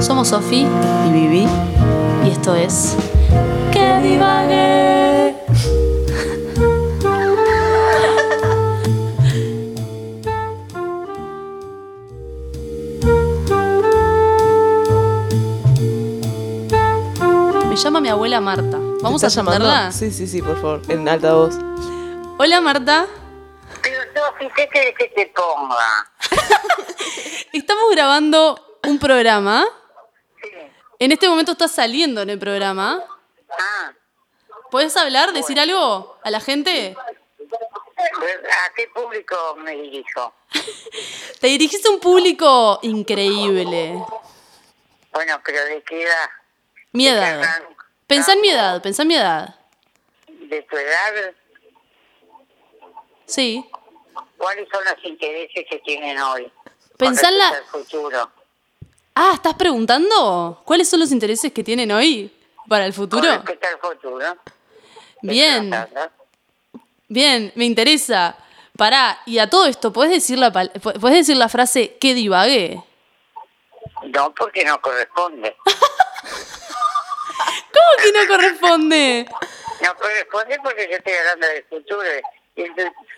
somos Sofi Y viví. y esto es. ¡Que divague! Me llama mi abuela Marta. ¿Vamos ¿Te a está llamando? llamarla? Sí, sí, sí, por favor. En alta voz. Hola Marta. Pero Sofi, ¿qué querés que te ponga? Estamos grabando un programa. Sí. En este momento estás saliendo en el programa. Ah, ¿Puedes hablar, decir algo a la gente? pues, ¿a qué público me dirijo? Te dirigiste a un público increíble. Bueno, pero ¿de qué edad? Mi edad. Pensá en mi edad, pensá en mi edad. ¿De tu edad? Sí. ¿Cuáles son los intereses que tienen hoy? Pensá en la- el futuro. Ah, ¿estás preguntando? ¿Cuáles son los intereses que tienen hoy para el Con futuro? respecto al futuro. ¿Qué Bien, estás hablando? bien, me interesa. Pará, y a todo esto, ¿puedes decir la, pal- pu- ¿puedes decir la frase que divague? No, porque no corresponde. ¿Cómo que no corresponde? No corresponde porque yo estoy hablando del futuro. Y El,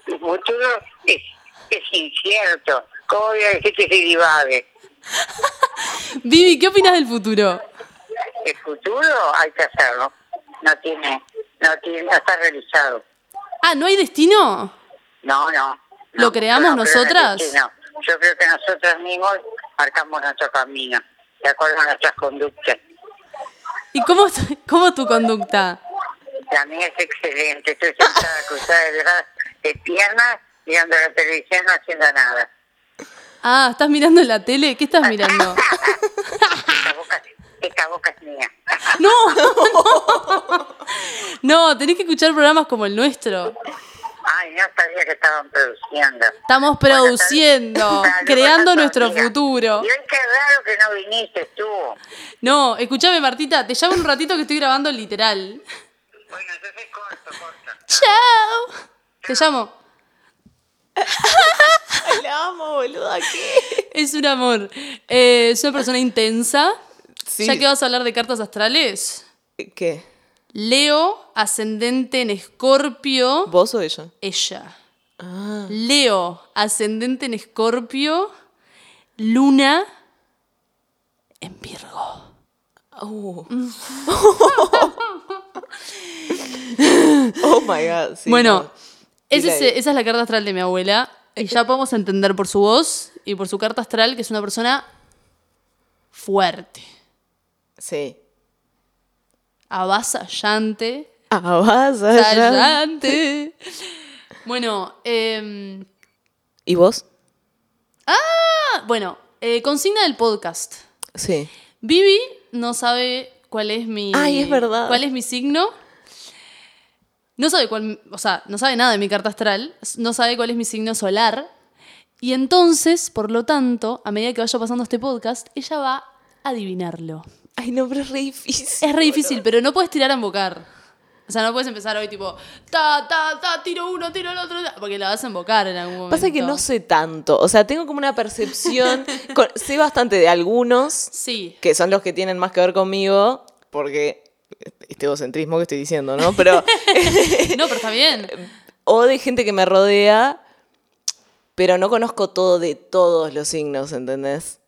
el futuro es, es incierto. ¿Cómo voy a decir que se divague? Vivi, ¿qué opinas del futuro? el futuro hay que hacerlo. No tiene, no tiene, no está realizado. Ah, ¿no hay destino? No, no. no. ¿Lo creamos Yo no creo en el nosotras? destino. Yo creo que nosotras mismos marcamos nuestro camino, de acuerdo a nuestras conductas. ¿Y cómo, es- cómo es tu conducta? La mía es excelente. Estoy sentada cruzada de, bra- de piernas, mirando la televisión, no haciendo nada. Ah, ¿estás mirando la tele? ¿Qué estás mirando? Esta boca, esta boca es mía. No, no, tenés que escuchar programas como el nuestro. Ay, no sabía que estaban produciendo. Estamos Bueno, produciendo, tal- tal- creando tal- nuestro mira. futuro. Y hoy qué raro que no viniste tú. No, escúchame Martita, te llamo un ratito que estoy grabando literal. Bueno, entonces corto, corto. Chao. Te llamo. Ay, la amo, boluda. ¿Qué? Es un amor. Eh, es una persona intensa. Sí. Ya que vas a hablar de cartas astrales. ¿Qué? Leo, ascendente en escorpio. ¿Vos o ella? Ella. Ah. Leo, ascendente en Escorpio, Luna en Virgo. Uh. oh my god. sí, bueno, no. ese Dile es- ahí. esa es la carta astral de mi abuela. Y ya podemos entender por su voz y por su carta astral que es una persona fuerte, Sí. avasallante, Ah, vas allá. avasallante. Bueno, em, ¿Y vos? ah, bueno, eh, consigna del podcast. Sí. Vivi no sabe cuál es mi. Ay, es verdad. ¿Cuál es mi signo? No sabe cuál. O sea, no sabe nada de mi carta astral. No sabe cuál es mi signo solar. Y entonces, por lo tanto, a medida que vaya pasando este podcast, ella va a adivinarlo. Ay, no, pero es re difícil. Es re difícil, pero no puedes tirar a embocar. O sea, no puedes empezar hoy tipo, ta, ta, ta, tiro uno, tiro el otro, ta, porque la vas a embocar en algún momento. Pasa que no sé tanto. O sea, tengo como una percepción. con- sé bastante de algunos, Sí. que son los que tienen más que ver conmigo, porque este egocentrismo que estoy diciendo, ¿no? Pero. No, pero está bien. o de gente que me rodea, pero no conozco todo de todos los signos, ¿entendés?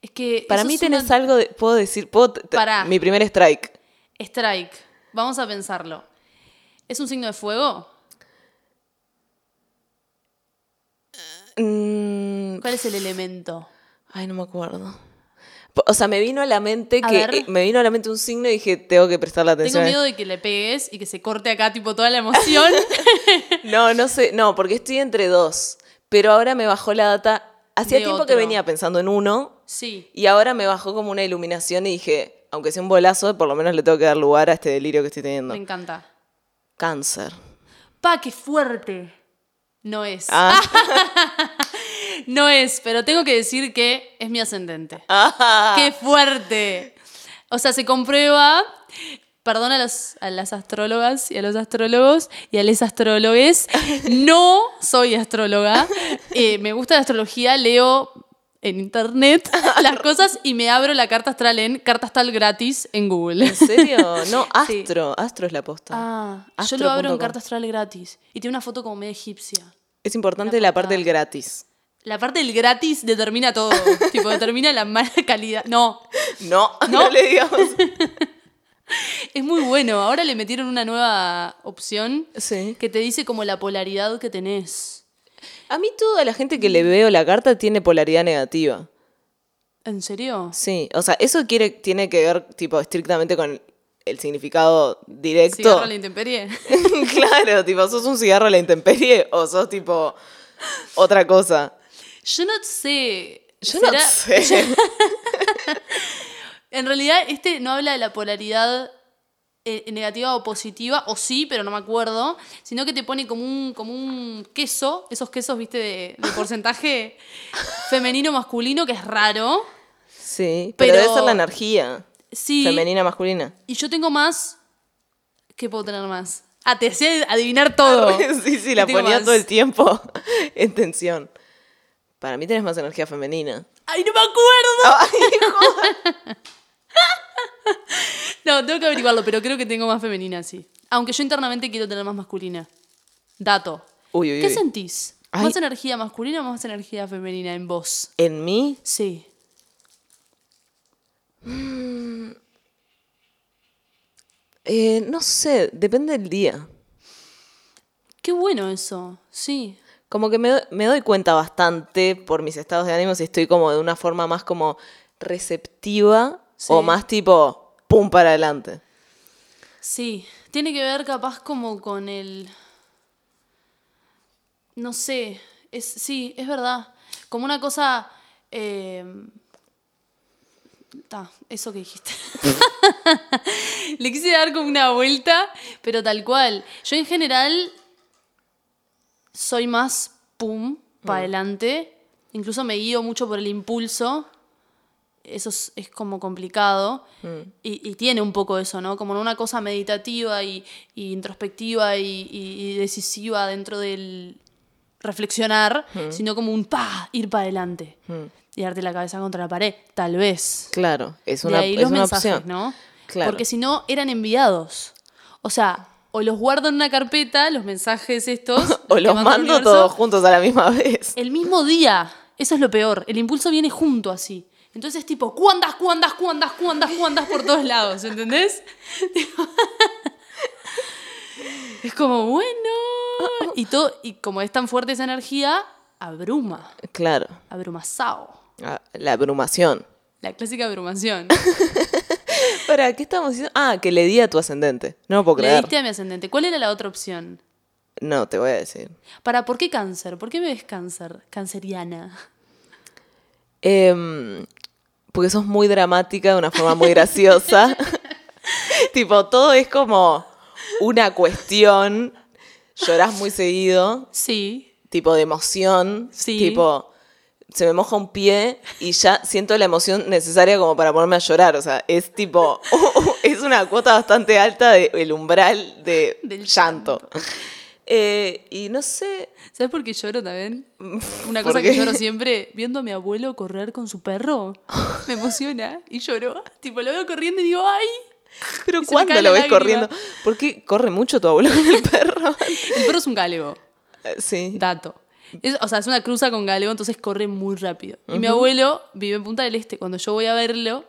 Es que. Eh, Para eso mí es una- tenés algo de. Puedo decir. Puedo t- t- Pará. Mi primer strike. Strike. Vamos a pensarlo. ¿Es un signo de fuego? Mm, ¿Cuál es el elemento? ay, no me acuerdo. Po- O sea, me vino a la mente A que. eh, ver. Me vino a la mente un signo y dije, tengo que prestarle atención. Tengo a miedo de que le pegues y que se corte acá tipo toda la emoción. No, no sé, no, porque estoy entre dos. Pero ahora me bajó la data. Hacía De tiempo otro. que venía pensando en uno sí. y ahora me bajó como una iluminación y dije, aunque sea un bolazo, por lo menos le tengo que dar lugar a este delirio que estoy teniendo. Me encanta. Cáncer. Pa, qué fuerte. No es. Ah. No es, pero tengo que decir que es mi ascendente. Ah. ¡Qué fuerte! O sea, se comprueba. Perdón a, los- a las astrólogas y a los astrólogos y a les astrólogues. No soy astróloga. Eh, me gusta la astrología, leo en internet las cosas y me abro la carta astral en carta astral gratis en Google. ¿En serio? No, Astro. Astro es la posta. Ah, Astro yo lo abro en punto com. carta astral gratis y tiene una foto como medio egipcia. Es importante la parte del gratis. La parte del gratis determina todo, tipo determina la mala calidad. No, No, no, No. le digamos. es muy bueno. Ahora le metieron una nueva opción Sí. que te dice como la polaridad que tenés. A mí toda la gente que le veo la carta tiene polaridad negativa. ¿En serio? Sí, o sea, eso quiere, tiene que ver tipo estrictamente con el significado directo. Cigarro a la intemperie. claro, tipo, sos un cigarro a la intemperie o sos tipo otra cosa. Yo no sé. Yo no ¿Será- sé. En realidad, este no habla de la polaridad eh, negativa o positiva, o sí, pero no me acuerdo, sino que te pone como un, como un queso, esos quesos, viste, de, de porcentaje femenino-masculino, que es raro. Sí, pero, Pero- debe ser la energía Sí. femenina masculina. Y yo tengo más. ¿Qué puedo tener más? Ah, te hacía adivinar todo. sí, sí, la Yo tengo ponía más. todo el tiempo en tensión. Para mí tenés más energía femenina. ¡Ay, no me acuerdo! Ay, joder. No, tengo que averiguarlo, pero creo que tengo más femenina, sí. Aunque yo internamente quiero tener más masculina. Dato. Uy, uy, ¿Qué uy. sentís? Ay. ¿Más energía masculina o más energía femenina en vos? En mí, Sí. eh, no sé, depende del día. Qué bueno eso, sí. Como que me, do- me doy cuenta bastante por mis estados de ánimo si estoy como de una forma más como receptiva Sí. o más tipo pum para adelante. Sí. Tiene que ver capaz como con el... No sé, es, sí, es verdad. Como una cosa... eh, ta, eso que dijiste. Le quise dar como una vuelta, pero tal cual. Yo en general soy más pum, para adelante. Incluso me guío mucho por el impulso. Eso es, es como complicado. Mm. Y, y tiene un poco eso, ¿no? Como una cosa meditativa y, y introspectiva y, y- y decisiva dentro del reflexionar, Mm. sino como un pa, ir para adelante. Y darte la cabeza contra la pared, tal vez Claro, es de una, ahí es los una mensajes, opción. ¿no? Claro. Porque si no, eran enviados. O sea, o los guardo en una carpeta, los mensajes estos. O que los mando al mando universo, todos juntos a la misma vez. El mismo día. Eso es lo peor. El impulso viene junto así. Entonces, tipo, cuandas, cuandas, cuandas, cuandas, cuandas por todos lados, ¿entendés? Tipo, es como, bueno. Y, todo, y como es tan fuerte esa energía, abruma. Claro, Abrumazao. a- la abrumación. La clásica abrumación. ¿Para qué estamos diciendo? Ah, que le di a tu ascendente. No lo puedo Le creer. diste a mi ascendente. ¿Cuál era la otra opción? No, te voy a decir. Para, ¿por qué cáncer? ¿Por qué me ves cáncer? Canceriana. Em, porque sos muy dramática de una forma muy graciosa. tipo, todo es como una cuestión. Llorás muy seguido, Sí. tipo de emoción. Sí. Tipo, se me moja un pie y ya siento la emoción necesaria como para ponerme a llorar. O sea, es tipo, uh, es una cuota bastante alta del umbral de Del llanto. Eh, y no sé, ¿Sabes por qué lloro también? Una ¿Por cosa que qué? lloro siempre, viendo a mi abuelo correr con su perro, me emociona y lloro. Tipo, lo veo corriendo y digo, ¡ay! pero Y se me ¿cuándo cae lo la ves lágrima. corriendo? ¿Por qué corre mucho tu abuelo con el perro? El perro es un galego, Eh, Sí. dato. Es- o sea, es una cruza con galego, entonces corre muy rápido. Y mi abuelo vive en Punta del Este. Cuando yo voy a verlo,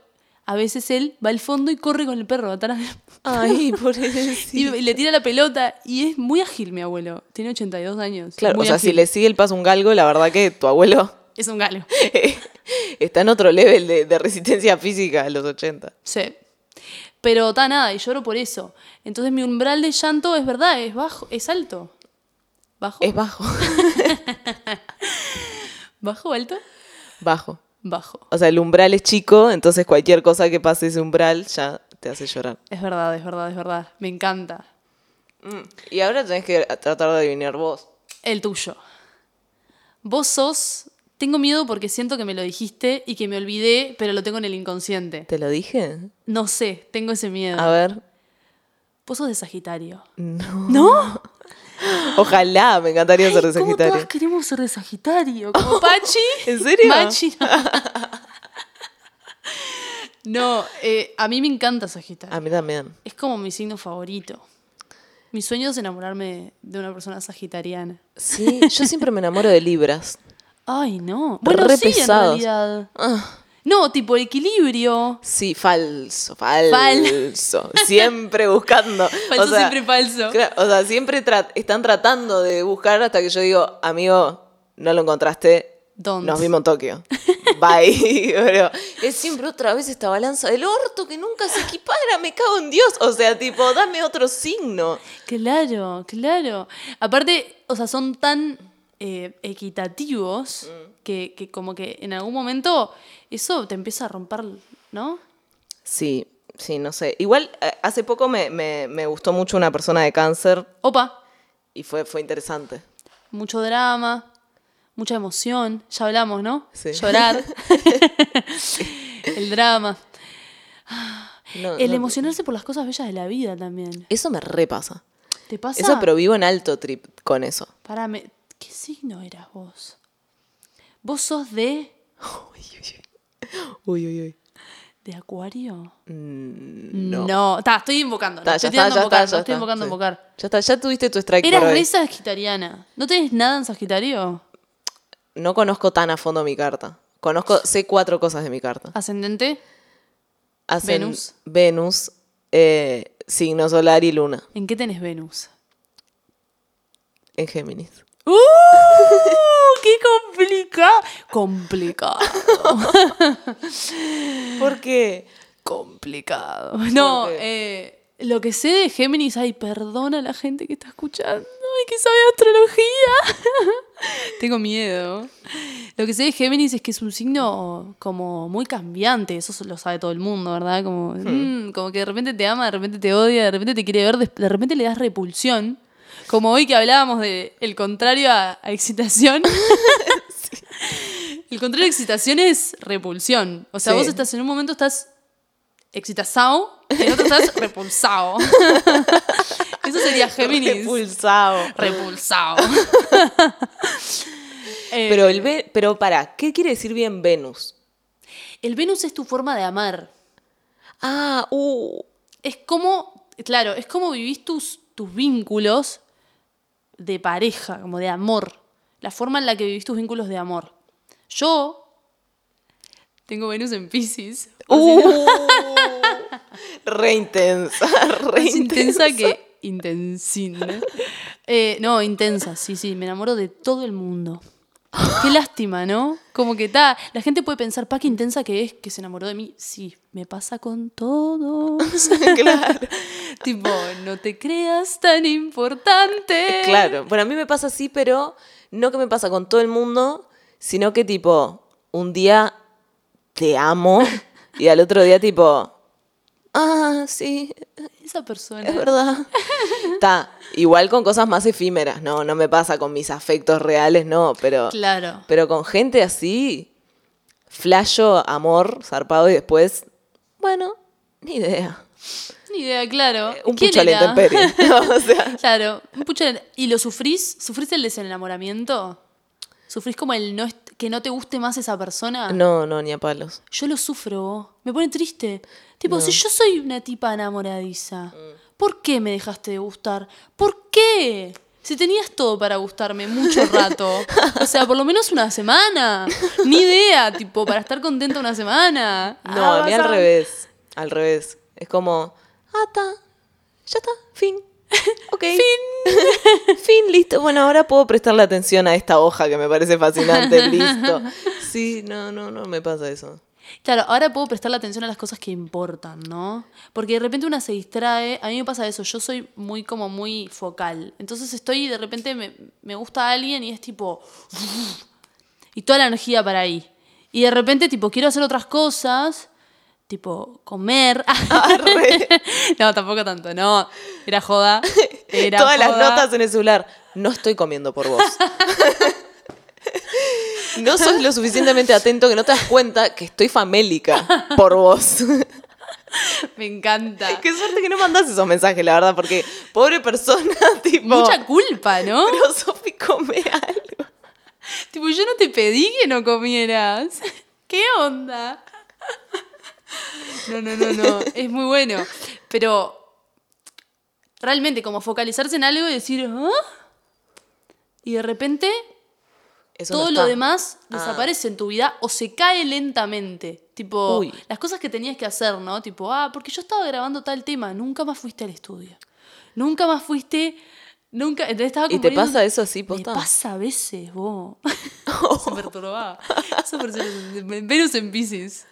a veces él va al fondo y corre con el perro atrás. Ay, por Y, y le tira la pelota. Y es muy ágil, mi abuelo. Tiene 82 años. Claro, Muy o sea, ágil. si le sigue el paso un galgo, la verdad que tu abuelo Es un galego. está en otro level de, de resistencia física a los 80. Sí. Pero ta nada, y lloro por eso. Entonces mi umbral de llanto es verdad, es bajo, es alto. ¿Bajo? Es bajo. ¿Bajo, alto? Bajo. Bajo. O sea, el umbral es chico, entonces cualquier cosa que pase ese umbral ya te hace llorar. Es verdad, es verdad, es verdad. Me encanta. Mm. Y ahora tenés que tratar de adivinar vos. El tuyo. Vos sos. Tengo miedo porque siento que me lo dijiste y que me olvidé, pero lo tengo en el inconsciente. ¿Te lo dije? No sé, tengo ese miedo. A ver. Vos sos de Sagitario. No. ¿No? Ojalá, me encantaría ser de ¿Cómo Sagitario. todas queremos ser de Sagitario? ¿Como Pachi? ¿En serio? Machi, no. No, eh, a mí me encanta Sagitario. A mí también. Es como mi signo favorito. Mi sueño es enamorarme de una persona sagitariana. Sí, yo siempre me enamoro de libras. Ay, no. Bueno, Re sí, pesados. en realidad. Ah, No, tipo equilibrio. sí, falso, falso. Siempre buscando. Falso, siempre falso. cla- O sea, siempre tra- están tratando de buscar hasta que yo digo, amigo, no lo encontraste. Don't. Nos vimos en Tokio. Bye. Pero es siempre otra vez esta balanza del orto que nunca se equipara, me cago en Dios. O sea, tipo, dame otro signo. Claro, claro. Aparte, o sea, son tan eh, equitativos Mm. que, que como que en algún momento eso te empieza a romper, ¿no? Sí, sí, no sé. Igual, eh, hace poco me, me- me gustó mucho una persona de cáncer Opa, y fue, fue interesante. mucho drama, mucha emoción. Ya hablamos, ¿no? Sí. Llorar. El drama. No, El no- emocionarse por las cosas bellas de la vida también. Eso me repasa. ¿Te pasa? Eso, pero vivo en alto trip con eso. Parame, ¿qué signo eras vos? ¿Vos sos de, Uy, uy, uy. de acuario? Mm, No. está, estoy invocando. Está, estoy ya está, tirando a ya invocar, está, ya no estoy está. invocando a Sí. invocar. Ya está, ya tuviste tu strike por Eras hoy. re sagitariana. ¿No tenés nada en Sagitario? No conozco tan a fondo mi carta. Conozco, sé cuatro cosas de mi carta. ¿Ascendente? Hacen Venus. Venus, eh, signo solar y luna ¿En qué tenés Venus? en Géminis. ¡Uh! ¡Qué complicado! Complicado. ¿Por qué? Complicado. No, ¿Por eh, lo que sé de Géminis, ay, perdona a la gente que está escuchando y que sabe astrología. Tengo miedo. Lo que sé de Géminis es que es un signo como muy cambiante, eso lo sabe todo el mundo, ¿verdad? Como, mm, como que de repente te ama, de repente te odia, de repente te quiere ver, de- de repente le das repulsión. Como hoy que hablábamos de el contrario a, a excitación. El contrario a excitación es repulsión. O sea, Sí. vos estás en un momento estás excitasao, en otro estás repulsado. Eso sería Géminis. Repulsado. repulsado. Eh, Pero, el Ve- pero para, ¿qué quiere decir bien Venus? el Venus es tu forma de amar. Ah, uh. Es como, claro, es como vivís tus, tus vínculos de pareja, como de amor. La forma en la que vivís tus vínculos de amor. Yo tengo Venus en Pisces. Uh. re intensa, re Más intensa. intensa que intensin. Eh, no, intensa, sí, sí, me enamoro de todo el mundo. Qué lástima, ¿no? Como que está, la gente puede pensar, pa, qué intensa que es, que se enamoró de mí. Sí, me pasa con todos. claro. tipo, no te creas tan importante. Eh, claro. Bueno, a mí me pasa así, pero no que me pasa con todo el mundo, sino que tipo, un día te amo y al otro día tipo, ah, sí, Esa persona. es verdad. Está, igual con cosas más efímeras, no, no me pasa con mis afectos reales, no, pero... Claro. Pero con gente así, flasho, amor, zarpado y después, bueno, ni idea. Ni idea, claro. Eh, Un ¿Quién pucho a la era? intemperie. o sea, Claro, un pucho de- ¿Y lo sufrís? ¿Sufrís el desenamoramiento? ¿Sufrís como el no est- que no te guste más esa persona? no, no, ni a palos. Yo lo sufro. Me pone triste. Tipo, si yo soy una tipa enamoradiza, ¿por qué me dejaste de gustar? ¿Por qué? Si tenías todo para gustarme mucho rato. O sea, por lo menos una semana. Ni idea, tipo, para estar contenta una semana. No, Ah, a mí vas al revés. Al revés. Es como, ah, está, ya está, fin. Ok. fin. fin, listo. Bueno, ahora puedo prestarle atención a esta hoja que me parece fascinante, listo. Sí, no, no, no me pasa eso. Claro, ahora puedo prestarle atención a las cosas que importan, ¿no? Porque de repente una se distrae. A mí me pasa eso, yo soy muy como muy focal. Entonces estoy y de repente me, me gusta alguien y es tipo... Y toda la energía para ahí. Y de repente tipo quiero hacer otras cosas, tipo comer. Arre. no, tampoco tanto, no. Era joda. Era Todas las joda. notas en el celular. No estoy comiendo por vos. No sos lo suficientemente atento que no te das cuenta que estoy famélica por vos. Me encanta. Qué suerte que no mandás esos mensajes, la verdad, porque Pobre persona, tipo. Mucha culpa, ¿no? Pero Sofi come algo. Tipo, yo no te pedí que no comieras. ¿Qué onda? No, no, no, no. Es muy bueno. Pero realmente como focalizarse en algo y decir, ¿ah? Y de repente Eso no todo está. lo demás Ah. desaparece en tu vida o se cae lentamente. Tipo, Uy. las cosas que tenías que hacer, ¿no? Tipo, ah, porque yo estaba grabando tal tema, nunca más fuiste al estudio. Nunca más fuiste, nunca... Entonces estaba ¿Y te componiendo- pasa eso así, Me posta? pasa a veces, vos. Se perturbaba. Eso por ser- Venus en Pisces.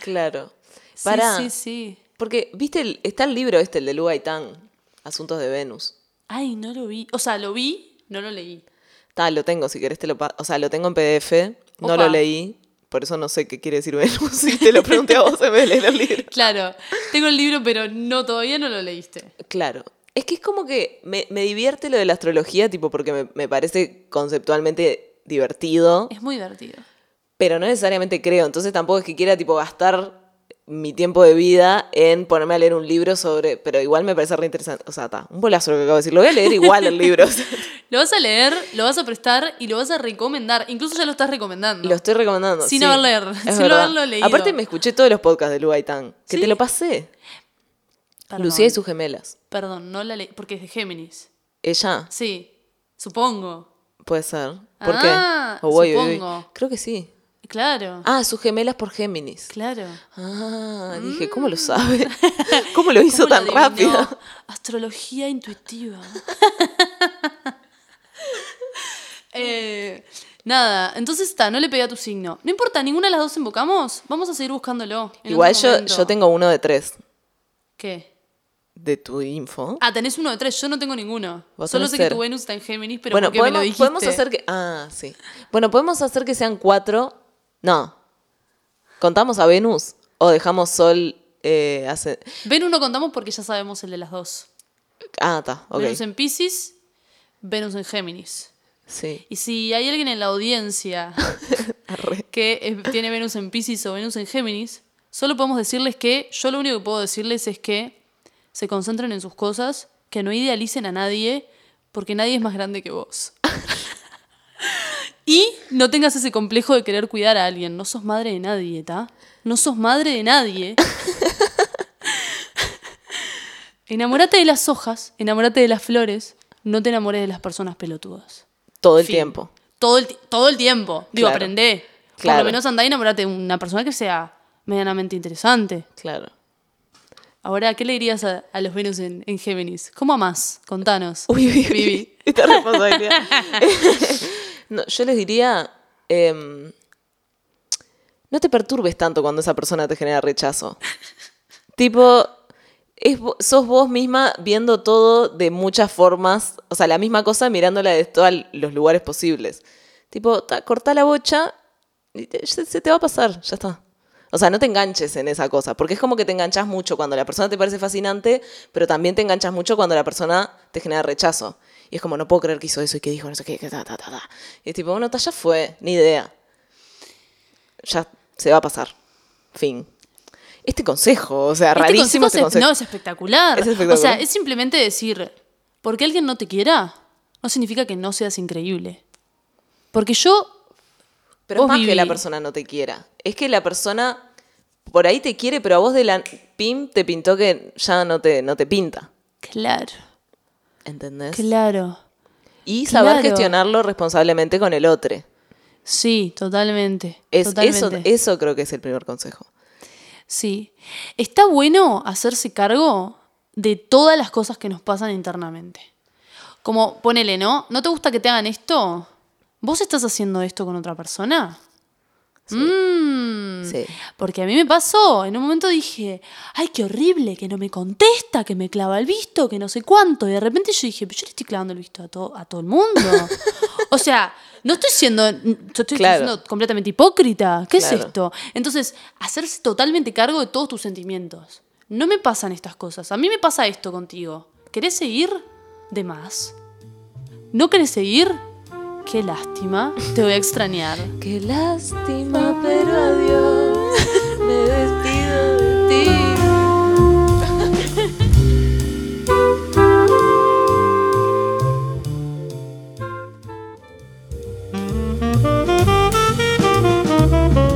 Claro. Sí, Pará. sí, sí. Porque, viste, el- está el libro este, el de Lu Gaitán, Asuntos de Venus. Ay, no lo vi. O sea, lo vi, no lo leí. Está, lo tengo, si querés te lo pa- O sea, lo tengo en PDF, no Opa. lo leí, por eso no sé qué quiere decir Venus. Si te lo pregunté a vos en vez de leer el libro. Claro, tengo el libro, pero no todavía no lo leíste. Claro. Es que es como que me, me divierte lo de la astrología, tipo, porque me, me parece conceptualmente divertido, Es muy divertido. pero no necesariamente creo. Entonces tampoco es que quiera, tipo, gastar mi tiempo de vida en ponerme a leer un libro sobre. Pero igual me parece re interesante. O sea, está, un bolazo lo que acabo de decir. Lo voy a leer igual el libro. o sea, Lo vas a leer, lo vas a prestar y lo vas a recomendar. Incluso ya lo estás recomendando. Lo estoy recomendando. Sin sí. haberlo leer- Es sin verdad. haberlo leído. Aparte, me escuché todos los podcasts de Lu Gaitán, que Sí. te lo pasé. Perdón. Lucía y sus gemelas. Perdón, no la leí, porque es de Géminis. Ella, Sí, supongo. puede ser. ¿Por Ah, qué? O voy, voy, voy. supongo. Creo que sí. Claro, Ah, sus gemelas por Géminis. claro. Ah, dije, ¿cómo lo sabe? ¿Cómo lo hizo Mm. ¿Cómo lo tan adivinó? rápido? Astrología intuitiva. Eh, nada, entonces está, no le pegué a tu signo. No importa, ninguna de las dos invocamos. Vamos a seguir buscándolo. en Igual otro yo, momento. yo tengo uno de tres ¿Qué? de tu info. Ah, tenés uno de tres, yo no tengo ninguno. Vos Solo tenés sé que cero. tu Venus está en Géminis, pero bueno, porque me lo podemos, dijiste. podemos hacer que. Ah, sí. Bueno, podemos hacer que sean cuatro. No. ¿Contamos a Venus? ¿O dejamos Sol? eh, hace... Venus no contamos porque ya sabemos el de las dos. Ah, está, ok. Venus en Pisces, Venus en Géminis. Sí. Y si hay alguien en la audiencia Arre. que es- tiene Venus en Pisces o Venus en Géminis, solo podemos decirles que, yo lo único que puedo decirles es que se concentren en sus cosas, que no idealicen a nadie, porque nadie es más grande que vos. y no tengas ese complejo de querer cuidar a alguien, no sos madre de nadie, ¿ta? No sos madre de nadie. enamórate de las hojas, enamórate de las flores, no te enamores de las personas pelotudas. Todo el Fin. tiempo. Todo el, ti- todo el tiempo. Digo, Claro. aprendé. Por Claro. lo menos andá y enamorate de una persona que sea medianamente interesante. Claro. Ahora, ¿qué le dirías a, a los Venus en, en Géminis? ¿Cómo amás? Contanos. Uy, uy, uy, Vivi. Esta responsabilidad. no, yo les diría. em, no te perturbes tanto cuando esa persona te genera rechazo. tipo. es vo- sos vos misma viendo todo de muchas formas, o sea, la misma cosa mirándola de todos los lugares posibles. Tipo, ta, cortá la bocha y te- se, se te va a pasar, ya está. O sea, no te enganches en esa cosa, porque es como que te enganchas mucho cuando la persona te parece fascinante, pero también te enganchas mucho cuando la persona te genera rechazo. Y es como, no puedo creer que hizo eso y que dijo no sé qué, que ta, ta, ta, ta. Y es tipo, bueno, ta, ya fue, ni idea. Ya se va a pasar. Fin. Este consejo, o sea, Este rarísimo este consejo es- consejo. No, es espectacular. Es espectacular. O sea, es simplemente decir, porque alguien no te quiera, no significa que no seas increíble. Porque yo, Pero Vos es más viví. que la persona no te quiera. Es que la persona por ahí te quiere, pero a vos de la PIM te pintó que ya no te, no te pinta. claro, ¿Entendés? claro. y saber claro. gestionarlo responsablemente con el otro. Sí, totalmente. Es, totalmente. eso, eso creo que es el primer consejo. Sí. Está bueno hacerse cargo de todas las cosas que nos pasan internamente. Como, ponele, ¿no? ¿No te gusta que te hagan esto? ¿Vos estás haciendo esto con otra persona? Mm. Sí. Porque a mí me pasó, en un momento dije, ay, qué horrible, que no me contesta, que me clava el visto, que no sé cuánto. Y de repente yo dije, pero yo le estoy clavando el visto a, todo a todo el mundo. o sea, no estoy siendo, yo estoy, estoy Claro. siendo completamente hipócrita. ¿Qué es Claro. esto? Entonces, hacerse totalmente cargo de todos tus sentimientos. No me pasan estas cosas, a mí me pasa esto contigo. ¿Querés seguir? De más. ¿No querés seguir? Qué lástima, te voy a extrañar. Qué lástima, pero adiós. Me despido de ti.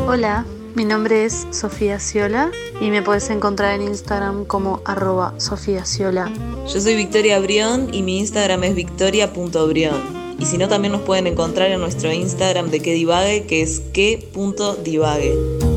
Hola, mi nombre es Sofía Ciola y me puedes encontrar en Instagram como arroba Sofía Ciola. Yo soy Victoria Brión y mi Instagram es victoria.brión. Y si no, también nos pueden encontrar en nuestro Instagram de que divague, que es que.divague.